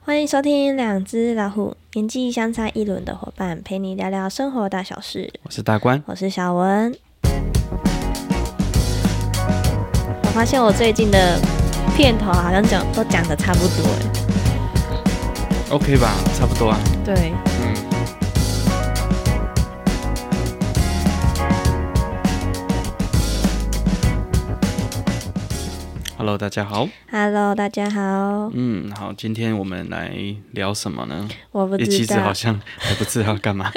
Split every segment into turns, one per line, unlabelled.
欢迎收听《两只老虎》，年纪相差一轮的伙伴陪你聊聊生活大小事。
我是大官，
我是小文。我发现我最近的片头好像讲都讲的差不多了。
，OK 吧，差不多啊。
对，
嗯，Hello，大家好。
Hello，大家好，
嗯，好，今天我们来聊什么呢？
我不
也其
知
实好
道，
像还不知道干 嘛。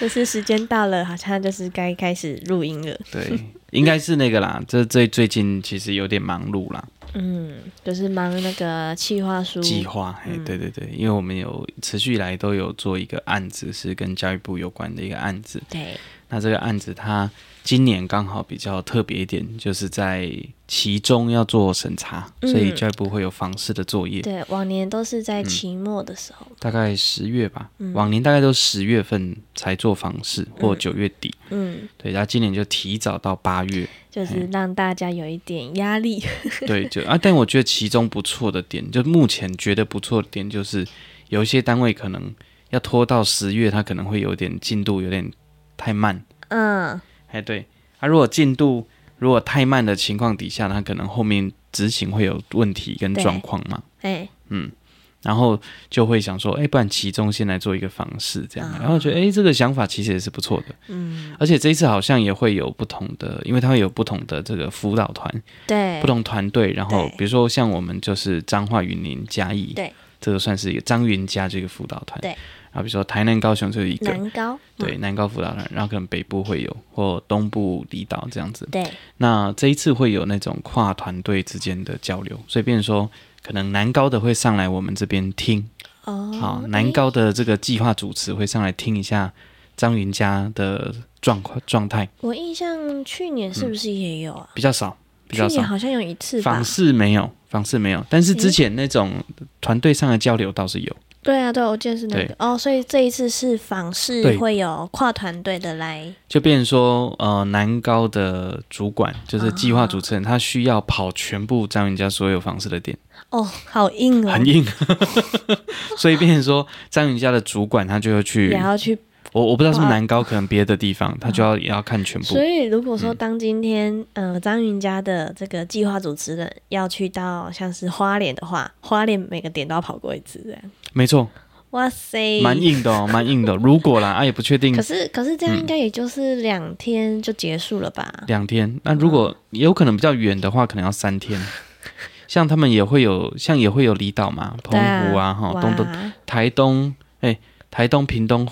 就是时间到了，好像就是该开始录音了。
对，应该是那个啦。这这最近其实有点忙碌啦，
嗯，就是忙那个企划书，
计划。
嗯
哎，对对对，因为我们有持续以来都有做一个案子，是跟教育部有关的一个案子。
对，
那这个案子它今年刚好比较特别一点，就是在其中要做审查，
嗯
所以教育部会有房事的作业，
对，往年都是在
嗯
期末的时候，
大概十月吧，
嗯
往年大概都十月份才做房事或九月底，
嗯，
对，然后今年就提早到八月，
就是让大家有一点压力。
对，就啊，但我觉得其中不错的点，就目前觉得不错的点就是，有一些单位可能要拖到十月，它可能会有点进度有点太慢，
嗯，
哎，对，啊，如果进度如果太慢的情况底下，它可能后面执行会有问题跟
对
状况嘛，
哎，
嗯，然后就会想说，哎，不然其中先来做一个方式这样，
啊
然后觉得，哎，这个想法其实也是不错的，
嗯，
而且这一次好像也会有不同的，因为它会有不同的这个辅导团，
对
不，同团队，然后
对
比如说像我们就是彰化、云林、嘉义，
对，
这个算是一个张云嘉这个辅导团，
对
然后比如说台南、高雄就有一个，
南高，嗯
对，南高辅导团，然后可能北部会有，或东部离岛这样子。
对，
那这一次会有那种跨团队之间的交流，所以变成说，可能南高的会上来我们这边听，
哦，
好、
哎
南高的这个计划主持会上来听一下张云嘉的状况状态，
哎我印象去年是不是也有啊？
比较少，嗯比较
去年
少，
好像有一次吧
访。视没有，访视没有，但是
诶
之前那种团队上的交流倒是有，
对啊，对啊，我记得是那个
对
哦，所以这一次是访视
对
会有跨团队的来，
就变成说，呃，南高的主管就是计划主持人，他需要跑全部张云嘉所有访视的点。
哦，好硬哦，
很硬， 所以变成说张云家的主管他就会去
也，要去。
我我不知道是不是
哇
南高，可能别的地方他就要也要看全部
所，以如果说当今天呃张云家的这个计划主持人要去到像是花莲的话，花莲每个点都要跑过一次这样。
没错，
哇塞，
蛮硬嗯的哦，蛮硬的。如果啦，啊也不确定
可是可是这样应该也就是两天就结束了吧？
两天，那如果
嗯
有可能比较远的话，可能要三天。像他们也会有，像也会有离岛嘛，澎湖啊，哈、
哇
东东、台东，哎、台东、屏东、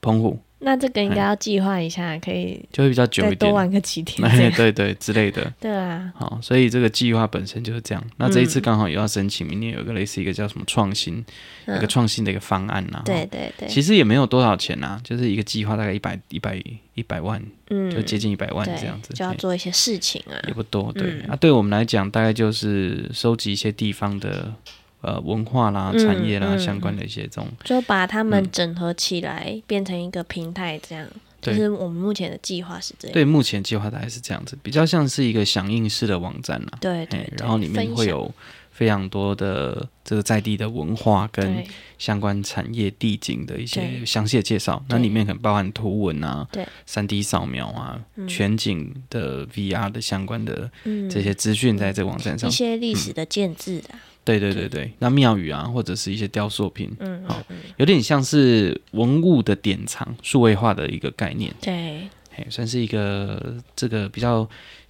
澎湖
那这个应该要计划一下，可以
就会比较哎久
再
一
多
点，
玩个几天这
哎，
样。
对对之类的。
对啊，
好，所以这个计划本身就是这样。那这一次
嗯
刚好也要申请，明年有一个类似一个叫什么创新，
嗯
一个创新的一个方案呐、
对
哈，
对对，
哦其实也没有多少钱呐、就是一个计划大概一百一百一百万，
嗯，
就接近一百万
对
这样子，
就要
嘿
做一些事情啊。
也不多。对、
嗯
啊，对我们来讲，大概就是收集一些地方的呃文化啦、
嗯
产业啦、
嗯
相关的一些这种。
就把它们
嗯
整合起来，变成一个平台，这样就
对
是我们目前的计划是这样。
对，目前计划大概是这样子，比较像是一个响应式的网站啦。
对
嘿
对对，
然后里面
分
会
享
有非常多的这个在地的文化跟
对
相关产业地景的一些
对
详细的介绍，那
对
里面可能包含图文啊
对、
三 D 扫描啊、
嗯
全景的 VR 的相关的
嗯
这些资讯在这个网站上。
一些历史的建制啊，
对对对对，那庙宇啊，或者是一些雕塑品，
嗯，
好
嗯
有点像是文物的典藏、数位化的一个概念，
对，
嘿，算是一个这个比较，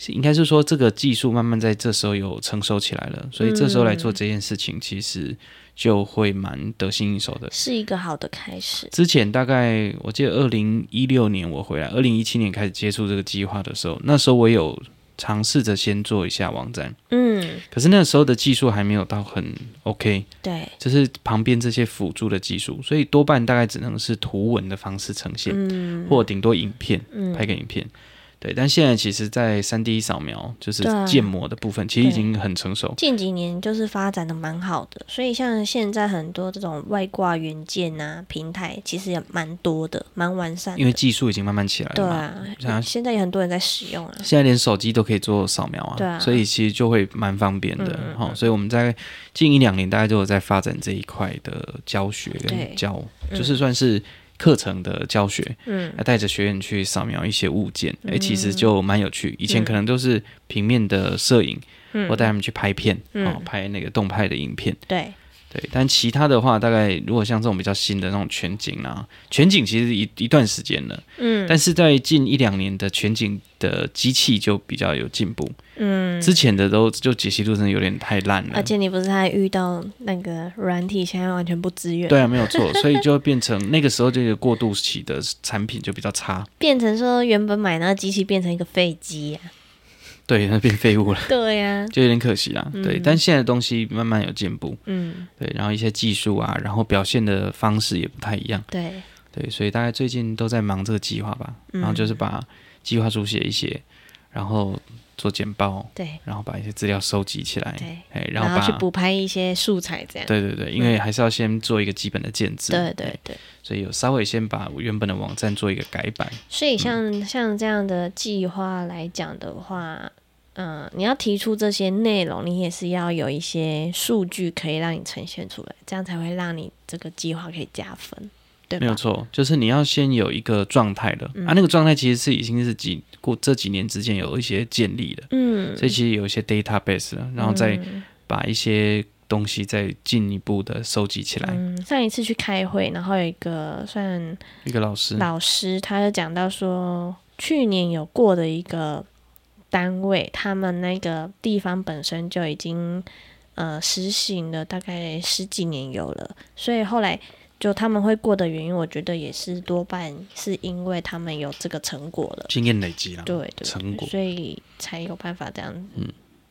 应该是说这个技术慢慢在这时候有成熟起来了，所以这时候来做这件事情，其实就会蛮得心应手的。
是一个好的开始。
之前大概我记得二零一六年我回来，二零一七年开始接触这个计划的时候，那时候我有尝试着先做一下网站，
嗯，
可是那时候的技术还没有到很 OK，
对，
就是旁边这些辅助的技术，所以多半大概只能是图文的方式呈现，
嗯，
或顶多影片
嗯
拍个影片。对，但现在其实，在三 D 扫描就是
对啊
建模的部分，其实已经很成熟。
近几年就是发展的蛮好的，所以像现在很多这种外挂元件啊平台，其实也蛮多的，蛮完善的。
因为技术已经慢慢起来
对
了嘛，
啊，
像
现在有很多人在使用啊。
现在连手机都可以做扫描啊，
对啊
所以其实就会蛮方便的
嗯嗯
哈、齁所以我们在近一两年，大概就有在发展这一块的教学
对
跟教，
嗯
就是算是课程的教学，
嗯，
带着学员去扫描一些物件，哎、其实就蛮有趣。以前可能都是平面的摄影，
嗯
或带他们去拍片，
嗯
哦，拍那个动态的影片。
对，
对，但其他的话，大概如果像这种比较新的那种全景啊，全景其实一一段时间了，
嗯，
但是在近一两年的全景的机器就比较有进步，
嗯，啊
之前的都就解析度真的有点太烂了
而。且你不是还遇到那个软体现在完全不支援，
对啊，没有错，所以就变成那个时候这个过渡期的产品就比较差，
变成说原本买那个机器变成一个废机呀、
对，那变废物了，
对啊呀、
就有点可惜啦。对，但现在的东西慢慢有进步，
嗯，
对，然后一些技术啊，然后表现的方式也不太一样，
对，
对，所以大概最近都在忙这个计划吧，
嗯
然后就是把计划书写一写，然后做简报，
对，
然后把一些资料收集起来，
对，
哎，然
然
后把
去补拍一些素材这样，
对对对，因为还是要先做一个基本的建制，
对对对，
所以有稍微先把原本的网站做一个改版。
所以像、像这样的计划来讲的话。嗯，你要提出这些内容，你也是要有一些数据可以让你呈现出来，这样才会让你这个计划可以加分，对吧？嗯
没有错，就是你要先有一个状态了、啊，那个状态其实是已经是几过这几年之间有一些建立的，
嗯，
所以其实有一些 database 了，然后再
嗯
把一些东西再进一步的收集起来。
嗯，上一次去开会，然后有一个算
一个老师，
老师，他就讲到说，去年有过的一个单位，他们那个地方本身就已经呃实行了大概十几年有了，所以后来就他们会过的原因，我觉得也是多半是因为他们有这个成果了，
经验累积了，
对对对
成果
所以才有办法这样
嗯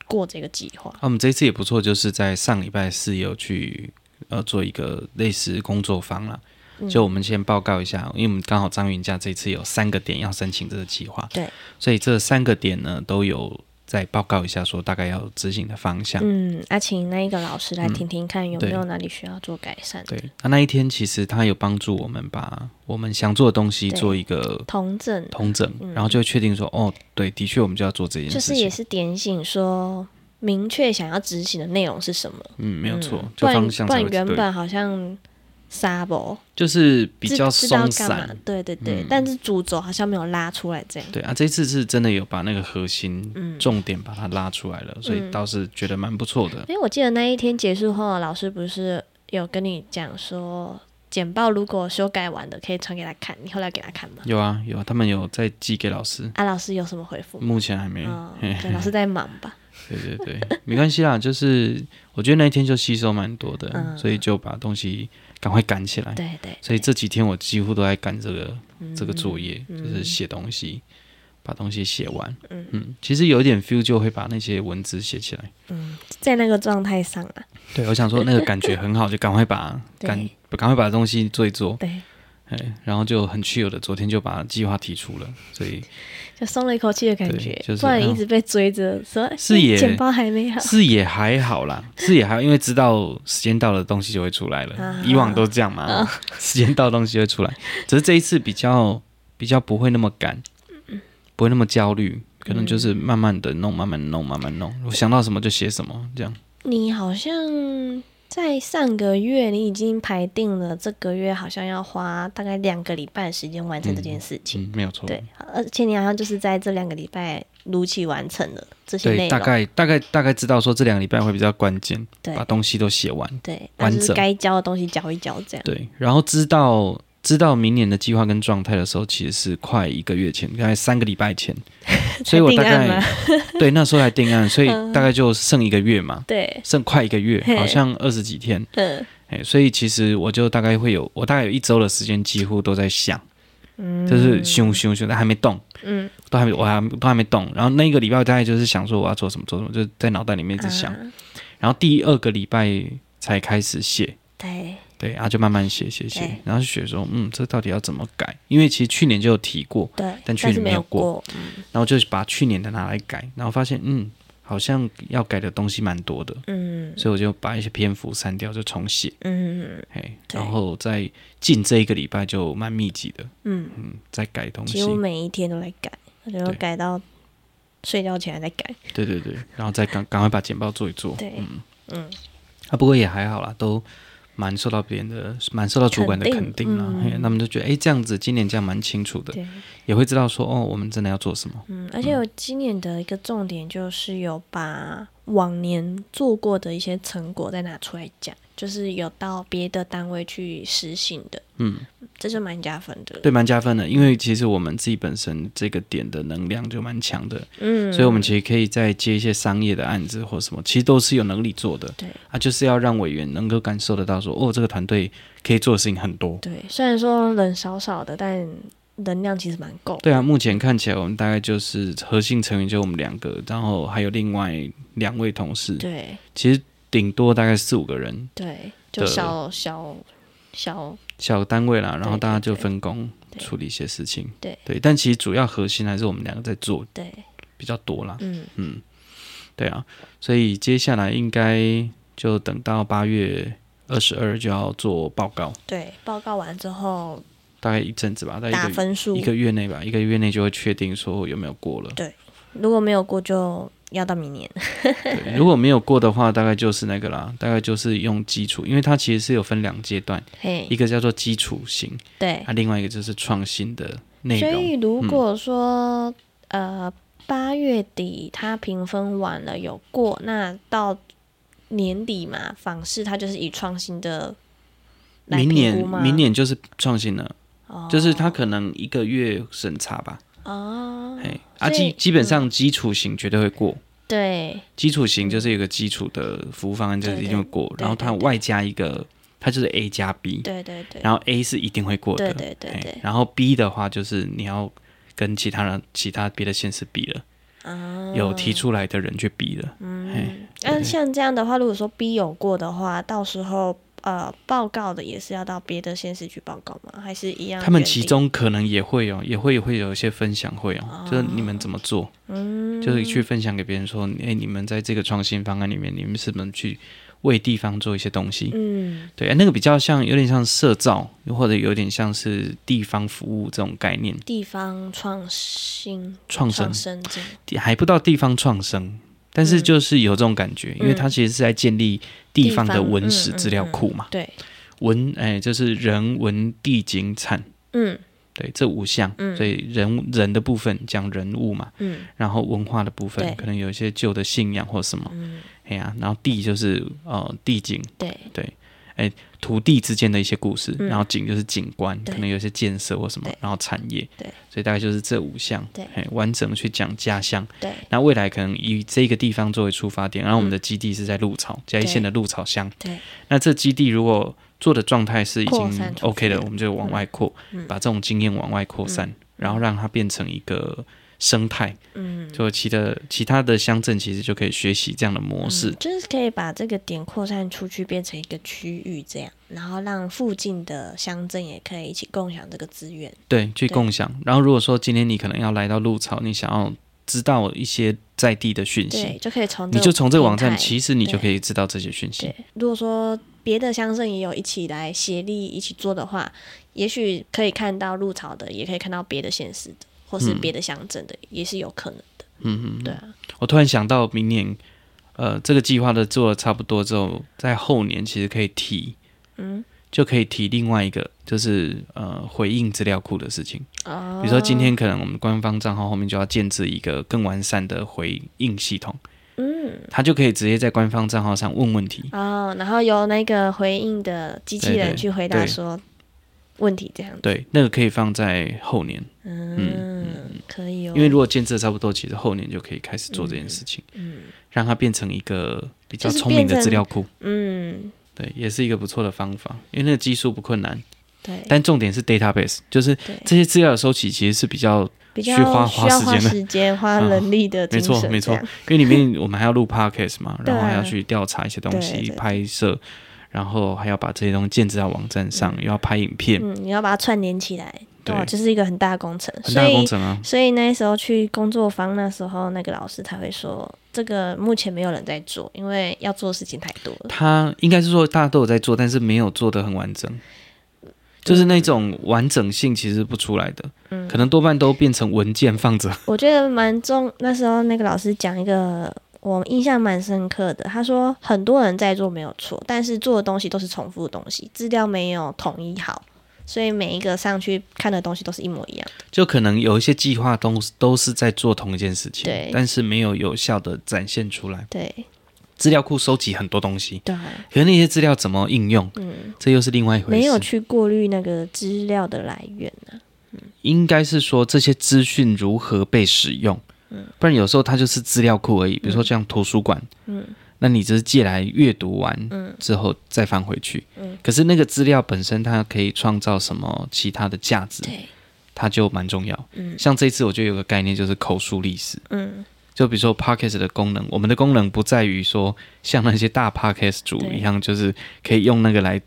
过这个计划。
啊，我们这一次也不错，就是在上礼拜四有去呃做一个类似工作坊啦。
嗯
就我们先报告一下，因为我们刚好张云家这次有三个点要申请这个计划，
对，
所以这三个点呢都有再报告一下，说大概要执行的方向。
嗯，啊，请那一个老师来
嗯
听听看有
对
没有哪里需要做改善。
对，那、那一天其实他有帮助我们把我们想做的东西
对
做一个
同整
通整，然后就会确定说，哦，对，的确我们就要做这件
嗯就
事
是
情
也。是点醒说，明确想要执行的内容是什么，
嗯，没有错，
不
就
然
方向
不
才
然
会
原
对，
本好像沙博
就是比
知
较
知道
松
干嘛
散，，嗯
对对对，但是主轴好像没有拉出来这样。
对啊，这次是真的有把那个核心、
嗯
重点把它拉出来了，所以倒是觉得蛮不错的。
因为我记得那一天结束后，老师不是有跟你讲说，简报如果修改完的可以传给他看，你后来给他看吗？
有啊有啊，他们有在寄给老师，
啊，老师有什么回复吗？
目前还没。
嗯，
嘿
对，老师在忙吧。
对对对，没关系啦，就是我觉得那一天就吸收蛮多的，
嗯
所以就把东西赶快赶起来。
对对，
所以这几天我几乎都在赶这个、这个作业，就是写东西，把东西写完。嗯其实有一点 feel 就会把那些文字写起来。
在那个状态上啊，
对，我想说那个感觉很好，就赶快把赶赶快把东西做一做。
对，
哎，然后就很去有的，昨天就把计划提出了，所以
就松了一口气的感
对
觉，
就是
不然你
嗯
一直被追着说，
是
哎
也
简报还没 好。
是也还好啦，是也还好，因为知道时间到了，东西就会出来
啊
了。以往都这样嘛，时间到东西会出来，只是这一次比较比较不会那么赶，不会那么焦虑，可能就是慢慢的弄，慢慢弄，慢慢弄，我想到什么就写什么，这样。
你好像在上个月，你已经排定了这个月好像要花大概两个礼拜的时间完成这件事情。
嗯，没有错。
对，而且你好像就是在这两个礼拜如期完成了这些内容。
对，大概大概大概知道说这两个礼拜会比较关键，
对
把东西都写完。
对，那就
完
是
整
该交的东西交一交，这样。
对，然后知道知道明年的计划跟状态的时候，其实是快一个月前，大概三个礼 拜前，所以我大
才定案吗
概 对那时候来定案，所以大概就剩一个月嘛，
对，
剩快一个月，
嘿
好像二十几天，
嗯
哎，所以其实我就大概会有，我大概有一周的时间，几乎都在想，
嗯
就是凶凶凶，但还没动，
嗯，
都还没，我还都还没动，然后那一个礼拜我大概就是想说我要做什么做什么，
嗯
就在脑袋里面一直想，
啊
然后第二个礼拜才开始写，
对，
对，啊然、后就慢慢写写写
对，
然后就写说，嗯，这到底要怎么改？因为其实去年就有提过，
对，
但去
是
年没
没
有过
过，
然后就把去年的拿来改，然后发现，嗯，好像要改的东西蛮多的，
嗯
所以我就把一些篇幅删掉，就重写，
嗯
嘿，
对
然后在近这一个礼拜就蛮密集的，
嗯，
嗯，在改东西
几，乎每一天都在改，我觉得
对
改到睡觉前还在改，
对对对，然后再赶赶快把简报做一做，
对，
嗯，
嗯
啊，不过也还好啦，都蛮受到别人的，蛮受到主管的
肯定
肯定啦，
嗯
嘿，他们就觉得，哎，这样子今年这样蛮清楚的，
对，
也会知道说，哦，我们真的要做什么，
嗯，而且我今年的一个重点就是有把往年做过的一些成果再拿出来讲，就是有到别的单位去实行的，
嗯，
这就蛮加分的。
对，蛮加分的，因为其实我们自己本身这个点的能量就蛮强的，
嗯，
所以我们其实可以再接一些商业的案子或什么，其实都是有能力做的。
对
啊，就是要让委员能够感受得到说，哦，这个团队可以做的事情很多。
对，虽然说人少少的，但能量其实蛮够。
对啊，目前看起来我们大概就是核心成员就我们两个，然后还有另外两位同事，
对
其实顶多大概四五个人
对，就
的
小小小，
小单位啦，然后
对
大家
对
就
对
分工
对
处理一些事情。
对
对，但其实主要核心还是我们两个在做
对，
比较多啦。
嗯，
嗯，对啊，所以接下来应该就等到八月二十二就要做报告，
对，报告完之后
大概一阵子吧，在
打
一个
分数
一，个月内吧，一个月内就会确定说有没有过了。
如果没有过就要到明年。
对，如果没有过的话，大概就是那个啦，大概就是用基础，因为它其实是有分两阶段，
嘿
一，个叫做基础型，
对，
啊，另外一个就是创新的内
所以
容。
如
嗯
果说、呃八月底他评分完了有过，那到年底嘛，访视他就是以创新的来
明
评
年
估吗？
明年就是创新了，
哦
就是它可能一个月审查吧，
哦，
哎、啊
所以嗯
基基本上基础型绝对会过，
对
基础型就是有个基础的服务方案，这是一定会过，
对
然后它
对对
外加一个，它就是 A 加 B，
对对对，
然后 A 是一定会过的，
对对对
哎
对
然后 B 的话就是你要跟其他人、其他别的县市比了，
啊
有提出来的人去比了，
嗯，
哎
那像这样的话，如果说 B 有过的话，到时候呃报告的也是要到别的县市去报告吗？还是一样原地？
他们其中可能也会有，也会会有一些分享会哦，就是你们怎么做，
嗯，
就是去分享给别人说，哎，你们在这个创新方案里面，你们是怎么去为地方做一些东西，
嗯
对，那个比较像，有点像社造，或者有点像是地方服务这种概念，
地方创新
创生
创生嗯这样
地还不到地方创生，但是就是有这种感觉，因为它
嗯
其实是在建立地方的文史资料库嘛，
对，
文哎、就是人文地景产，
嗯
对这五项，
嗯
所以人人的部分讲人物嘛，
嗯
然后文化的部分
对
可能有一些旧的信仰或什么，
嗯，
哎呀、然后地就是呃地景，
对
土地之间的一些故事，
嗯
然后景就是景观，
对
可能有一些建设或什么
对，
然后产业，
对，
所以大概就是这五项，
对
嘿，完整去讲家乡。
对
那未来可能以这个地方作为出发点，然后我们的基地是在鹿草嘉义县的鹿草乡。
嗯对，
那这基地如果做的状态是已
扩
经
散出去
OK 的，
了
我们就往外扩，
嗯
把这种经验往外扩散，然后让它变成一个生态，
嗯，
就其他其他的乡镇其实就可以学习这样的模式。
嗯就是可以把这个点扩散出去，变成一个区域这样，然后让附近的乡镇也可以一起共享这个资源。
对，去
对
共享。然后如果说今天你可能要来到鹿草，你想要知道一些在地的讯
对，
息，
就可以从
你就从这个网站，
起。
其实你就
对
可以知道这些讯息
对。，如果说别的乡镇也有一起来协力一起做的话，也许可以看到入潮的，也可以看到别的县市的，或是
嗯
别的乡镇的，也是有可能的。
嗯嗯
对
嗯。
啊，
我突然想到，明年，呃，这个计划的做的差不多之后，在后年其实可以提，
嗯，
就可以提另外一个，就是呃，回应资料库的事情。
哦，
比如说今天可能我们官方账号后面就要建置一个更完善的回应系统，
嗯，
它就可以直接在官方账号上问问题。
哦，然后由那个回应的机器
对
人
对
去回答
对
说问题这样子。
对，那个可以放在后年。
嗯，可以哦，
因为如果建设差不多，其实后年就可以开始做这件事情，
嗯
让它变成一个比较
就是
聪明的
变
资
成
料库。
嗯，
对，也是一个不错的方法，因为那个技术不困难，
对，
但重点是 database，就是
对
这些资料的收集其实是比较，
比较
需花
需
花
要
时
花
间的
时间、花
嗯
人力的
没
精
错
神
没
这
错
样，
因为里面我们还要录 podcast 嘛，
对啊
然后还要去调查一些东
对
西、
对
拍摄，然后还要把这些东西建置到网站上，又要拍影片，
嗯，你要把它串联起来，
对
哦，这是一个很大的工程，
很
所
大的
以
工程啊。
所以那时候去工作坊，那时候那个老师他会说，这个目前没有人在做，因为要做的事情太多 了。
他应该是说大家都有在做，但是没有做的很完整，就是那种完整性其实不出来的，
嗯
可能多半都变成文件放着。
我觉得蛮重，那时候那个老师讲一个我印象蛮深刻的，他说很多人在做没有错，但是做的东西都是重复的东西，资料没有统一好，所以每一个上去看的东西都是一模一样。
就可能有一些计划都是都是在做同一件事情，
对
但是没有有效的展现出来。
对
资料库收集很多东西，
对，
可是那些资料怎么应用，
嗯，
这又是另外一回事。
没有去过滤那个资料的来源啊。
嗯应该是说这些资讯如何被使用，不然有时候它就是资料库而已。比如说像图书馆，
嗯
那你只是借来阅读完
嗯
之后再翻回去，
嗯
可是那个资料本身它可以创造什么其他的价值，
对，
它就蛮重要。
嗯
像这次我觉得有个概念就是口述历史，
嗯
就比如说 podcast 的功能，我们的功能不在于说像那些大 podcast 主
嗯对
一样，就是可以用那个来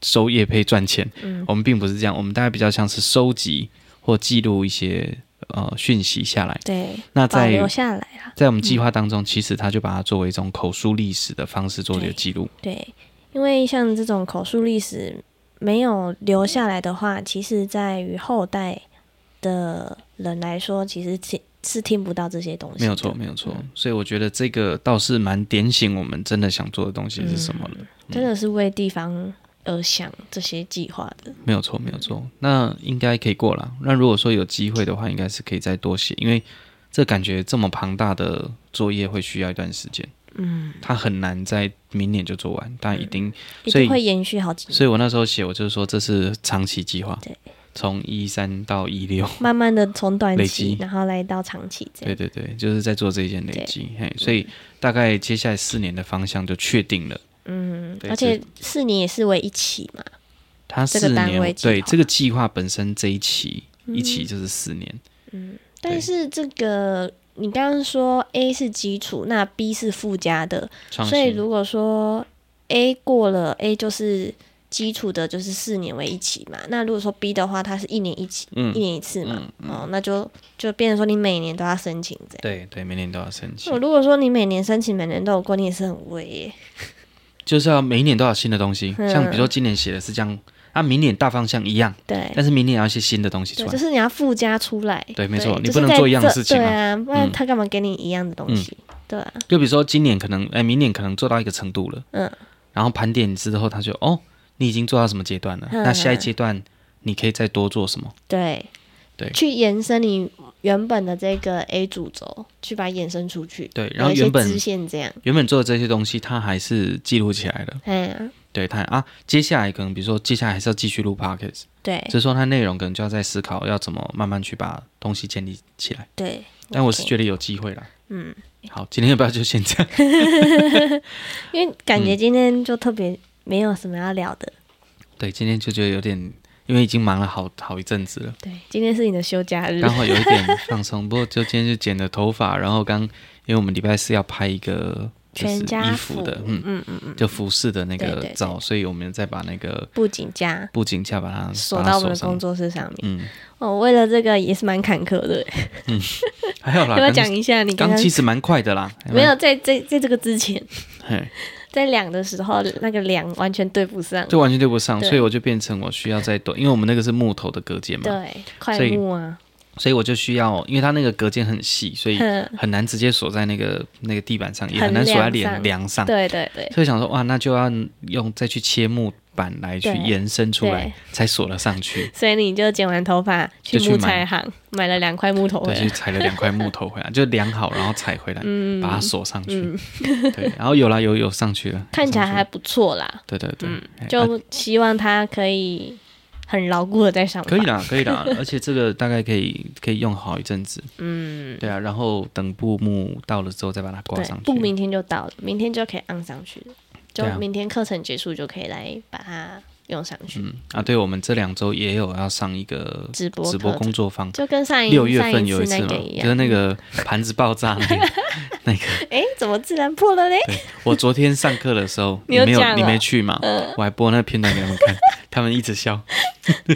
收业配赚钱。
嗯
我们并不是这样，我们大概比较像是收集或记录一些呃讯息下来。
对，
那
保留
在
下来啊。
在我们计划当中，其实它就把它作为一种口述历史的方式做一个
对
记录。
对，因为像这种口述历史没有留下来的话，其实在于后代的人来说，其实听是听不到这些东西。
没有错，，没有错。所以我觉得这个倒是蛮点醒我们真的想做的东西是什么了。
真的是为地方而想这些计划的。
没有错，没有错。那应该可以过了。那如果说有机会的话，应该是可以再多写，因为这感觉这么庞大的作业会需要一段时间，
嗯，
它很难在明年就做完，但一定。
一
所以
定会延续好几年，
所以我那时候写，我就是说这是长期计划
对，
从一三到一六。
慢慢的从短
累积
期，然后来到长期这
对
样。
对对，就是在做这一件累积，嘿，所以大概接下来四年的方向就确定了。
嗯，
对
而且四年也是为一期嘛。
它
这个
四
单
年，
位计划嗯
对这个计划本身这一期、一期就是四年，
但是这个你刚刚说 A 是基础，那 B 是附加的，
创
所以
新
如果说 A 过了，A 就是基础的，就是四年为一期嘛。那如果说 B 的话，它是一年一期，
嗯
一年一次嘛。哦，那就就变成说你每年都要申请这样。
对对，每年都要申请
那。如果说你每年申请，每年都有过，你也是很无耶。
就是要每一年都要有新的东西，
嗯
像比如说今年写的是这样，啊，明年大方向一样，
对。
但是明年要一些新的东西出
对，
来，
就是你要附加出来。
对没错
对
你
就是
不能
在
做一样的
这
事情啊
对啊，不然
嗯
他干嘛给你一样的东西？对啊，
就比如说今年可能，哎，明年可能做到一个程度了，
嗯，
然后盘点之后，他就哦，你已经做到什么阶段了，
嗯
那下一阶段你可以再多做什么？
对，
对
去延伸你原本的这个 A 主轴，去把它延伸出去。
对然后
有一些
原本
支线这样，
原本做的这些东西，他还是记录起来了，
哎呀，
对他啊，接下来可能比如说接下来还是要继续录 podcast，
对
只是说他内容可能就要在思考要怎么慢慢去把东西建立起来，
对。
但我是
OK
觉得有机会啦。
嗯，
好，今天要不要就先这样？
因为感觉今天就特别没有什么要聊的。
对，今天就觉得有点，因为已经忙了好好一阵子了，
对，今天是你的休假日
刚。好有 一点放松。不过就今天就剪了头发，然后刚因为我们礼拜四要拍一个就是
全家
衣服的，嗯，
嗯嗯嗯，
就服饰的那
对
个
对
照，所以我们再把那个
布景家
布景架把它
锁
把它
到我们的
上
工。作室上面。
嗯，
哦，为了这个也是蛮坎坷的。
还有
要
啦，
不要
刚
讲一下你刚
刚
刚？
其实蛮快的啦，还
没
蛮
有，在在在这个之前，
嘿，
在量的时候，那个量完全对不上。
就完全对不上，
对
所以我就变成我需要再多，因为我们那个是木头的隔间嘛，
对，快
所以
木啊，
所以我就需要，因为它那个隔间很细，所以
哼，
很难直接锁在那个那个地板上，也
很
很难锁在
梁
梁
上
梁上。
对对 对
所以想说哇，那就要用再去切木板来去
对
延伸出来
对，
才锁了上 去。
所以你就剪完头发去
就去
木
买
材行买了两块木头回
对，就
来。
踩了两块木头回来，就量好，然后踩回来，
嗯，
把它锁上去。
嗯，
对，然后有啦，有有上去了，
看起来
有上去
还不错啦，
对对对，哎啊
就希望它可以很牢固的在上
可以
面。
啦，可以啦，而且这个大概可以可以用好一阵 子。
嗯，
对啊，然后等布幕到了之后再把它挂
对
上，去
不，。明天就到了，明天就可以按上去了，就
对啊
明天课程结束就可以来把它用上去。
嗯啊，对，我们这两周也有要上一个
直播
直播
课
工作坊，
就跟上一
六月份
上
有
一
次
那
嘛，
个一
就是
样。
那个盘子爆炸那个那个。
哎，怎么自然破了嘞？
对我昨天上课的时候，
你
你
有
没有
讲啊嗯
你
了
没去嘛？我还播那个片段给他们看，他们一 直笑。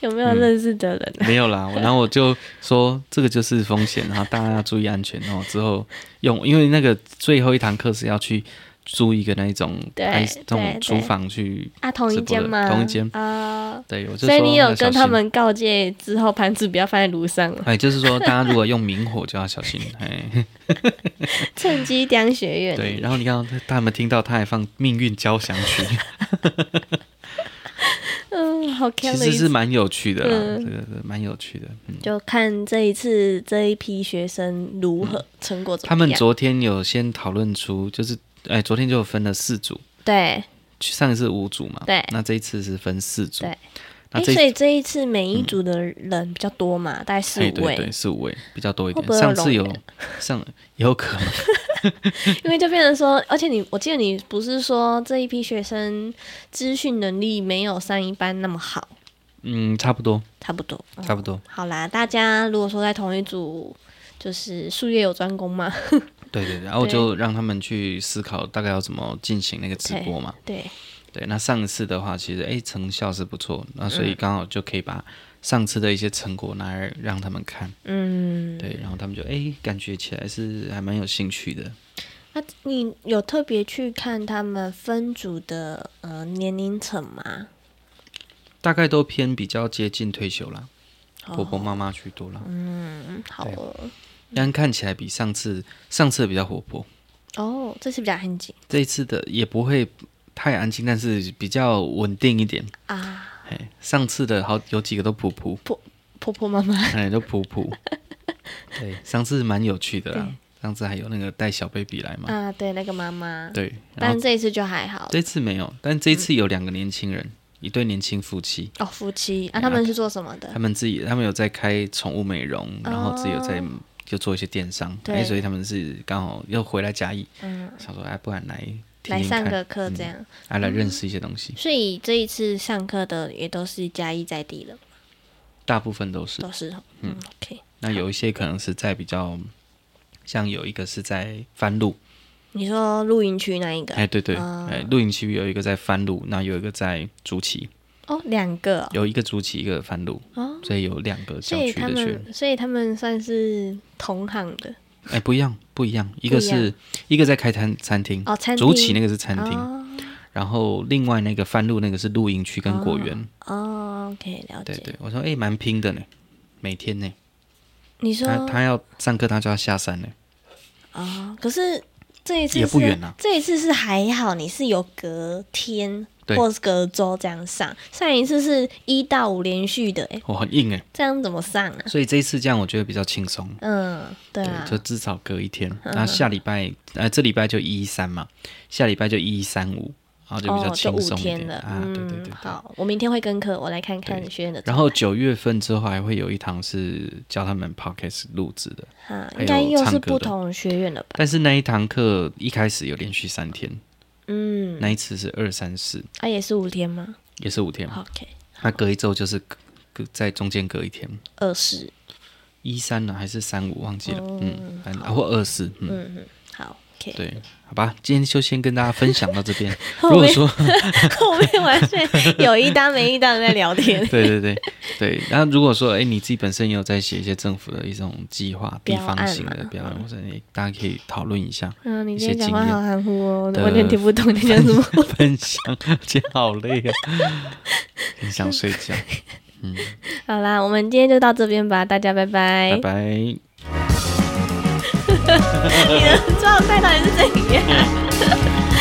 有没有
嗯
认识的人？啊
没有啦，我然后我就说这个就是风险，然后大家要注意安全哦。之后用，因为那个最后一堂课是要去租一个那一种
对
拍这种
对
厨房去，
啊，同一间吗？
同一间
啊。
对我就
所以
说
你
要
有
小
跟他
心。
们告诫之后，盘子不要放在炉上了，
哎，就是说，大家如果用明火就要小心。 哎，
趁机当学院。
对，然后你看，他们听到他还放《命运交响曲》，
嗯，好
其
看的
实
一
是
次，
蛮有趣的啦，
嗯
这个蛮有趣的。嗯，
就看这一次这一批学生如何成果怎么
嗯他们
样
昨天有先讨论出，就是哎，昨天就分了四组，
对
去上一次五组嘛，
对
那这一次是分四组，
对，
那
哎，
这
所以这一次每一组的人比较多嘛，大概四
哎
五
对
位
对，四五位比较多一
会
点，
不会有
上次有
龙
上有可能，
因为就变成说，而且你我记得你不是说这一批学生资讯能力没有上一班那么好，
嗯，差不多
差不多。嗯
差不多，
好啦，大家如果说在同一组，就是术业有专攻嘛，
对对对，然后
对
就让他们去思考大概要怎么进行那个直播嘛，
对，
对，那上一次的话其实哎成效是不错，那所
嗯
以刚好就可以把上次的一些成果拿来让他们看，
嗯，
对，然后他们就哎感觉起来是还蛮有兴趣的，
那、你有特别去看他们分组的呃年龄层吗？
大概都偏比较接近退休啦，
哦
婆婆妈妈居多啦，
嗯，好
对
哦，
但看起来比上次上次比较活泼，
哦，这次比较安静
这一次的也不会太安静，但是比较稳定一点。
啊，
嘿，上次的好有几个都普普，
婆婆妈 妈，
哎，都普普。 对，上次蛮有趣的啦。上次还有那个带小 baby 来嘛，
啊，对，那个妈妈，
嗯对，然
但
后
这一次就还好
这次没有，但这次有两个年轻人，一对年轻夫妻，
哦，夫妻啊，
对
他们
啊
是做什么的
他？们自己他们有在开宠物美容，然后自己有在
哦
就做一些电商，
对
哎，所以他们是刚好又回来嘉义，
嗯，
想说哎，不然来听
来
听
上
看，
个嗯课这样，
哎，来认识一些东西，
所以这一次上课的也都是嘉义在地
嗯
的，
大部分都是。
都是嗯，OK，
那有一些可能是在比较，像有一个是在番路，
你说露营区那一个
哎，对对，
啊
哎，露营区有一个在番路，那有一个在竹崎，
哦，两个哦
有一个竹崎，一个番路，
哦，
所以有两个
所
校
以
区
他
的学
们，所以他们算是同行的
哎，不一样，不一样，一个是一个在开餐餐厅，
哦，餐厅
竹崎那个是餐厅，
哦
然后另外那个番路那个是露营区跟果园，
哦，OK，了
对
解。
对，我说哎，蛮拼的呢，每天呢，
你说
他他要上课，他就要下山呢，
哦，可是这一次
也不
是
远啊
这一次是还好，你是有隔天
对
或是隔周这样上，上一次是一到五连续的，哎，
我很硬 哎，
这样怎么上啊？
所以这一次这样我觉得比较轻松。
嗯，对啊嗯
对，，就至少隔一天。那下礼拜，呃，这礼拜就一一三嘛，下礼拜就一一三五，然后就比较
哦，就
轻
五
松一
天
点
了，
啊。对对对
嗯，
对。
好，我明天会跟课，我来看看
对
学院的
然后九月份之后还会有一堂是教他们 podcast 录制的，
啊，
还
应该
有
又
唱
是
歌
不
的
同学院了吧？
但是那一堂课一开始有连续三天，
嗯，
那一次是二三四，
啊，也是五天吗
也是五天，
？OK，
那隔一周就是隔隔在中间隔一天，
二十，
一三呢还是三五忘记了，
哦
嗯，反正啊或二四，嗯，
嗯嗯，好，OK，
对，好吧，今天就先跟大家分享到这 边。
后
如果
面
说，
后面完全有一搭没一搭的在聊天
对对对对。然后如果说，哎，你自己本身也有在写一些政府的一种计划、地
标
方
案
型的
嘛
标案，或者你大家可以讨论一下，
嗯，你
一
今
些
天讲
经
话
验
好含糊哦，我
的
完全听不懂你讲什 么。
分享。今天好累啊，很想睡 觉，
好啦，我们今天就到这边吧，大家拜拜。
拜拜。
你的状态到底是怎样？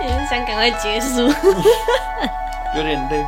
你是想赶快结束？
有点累。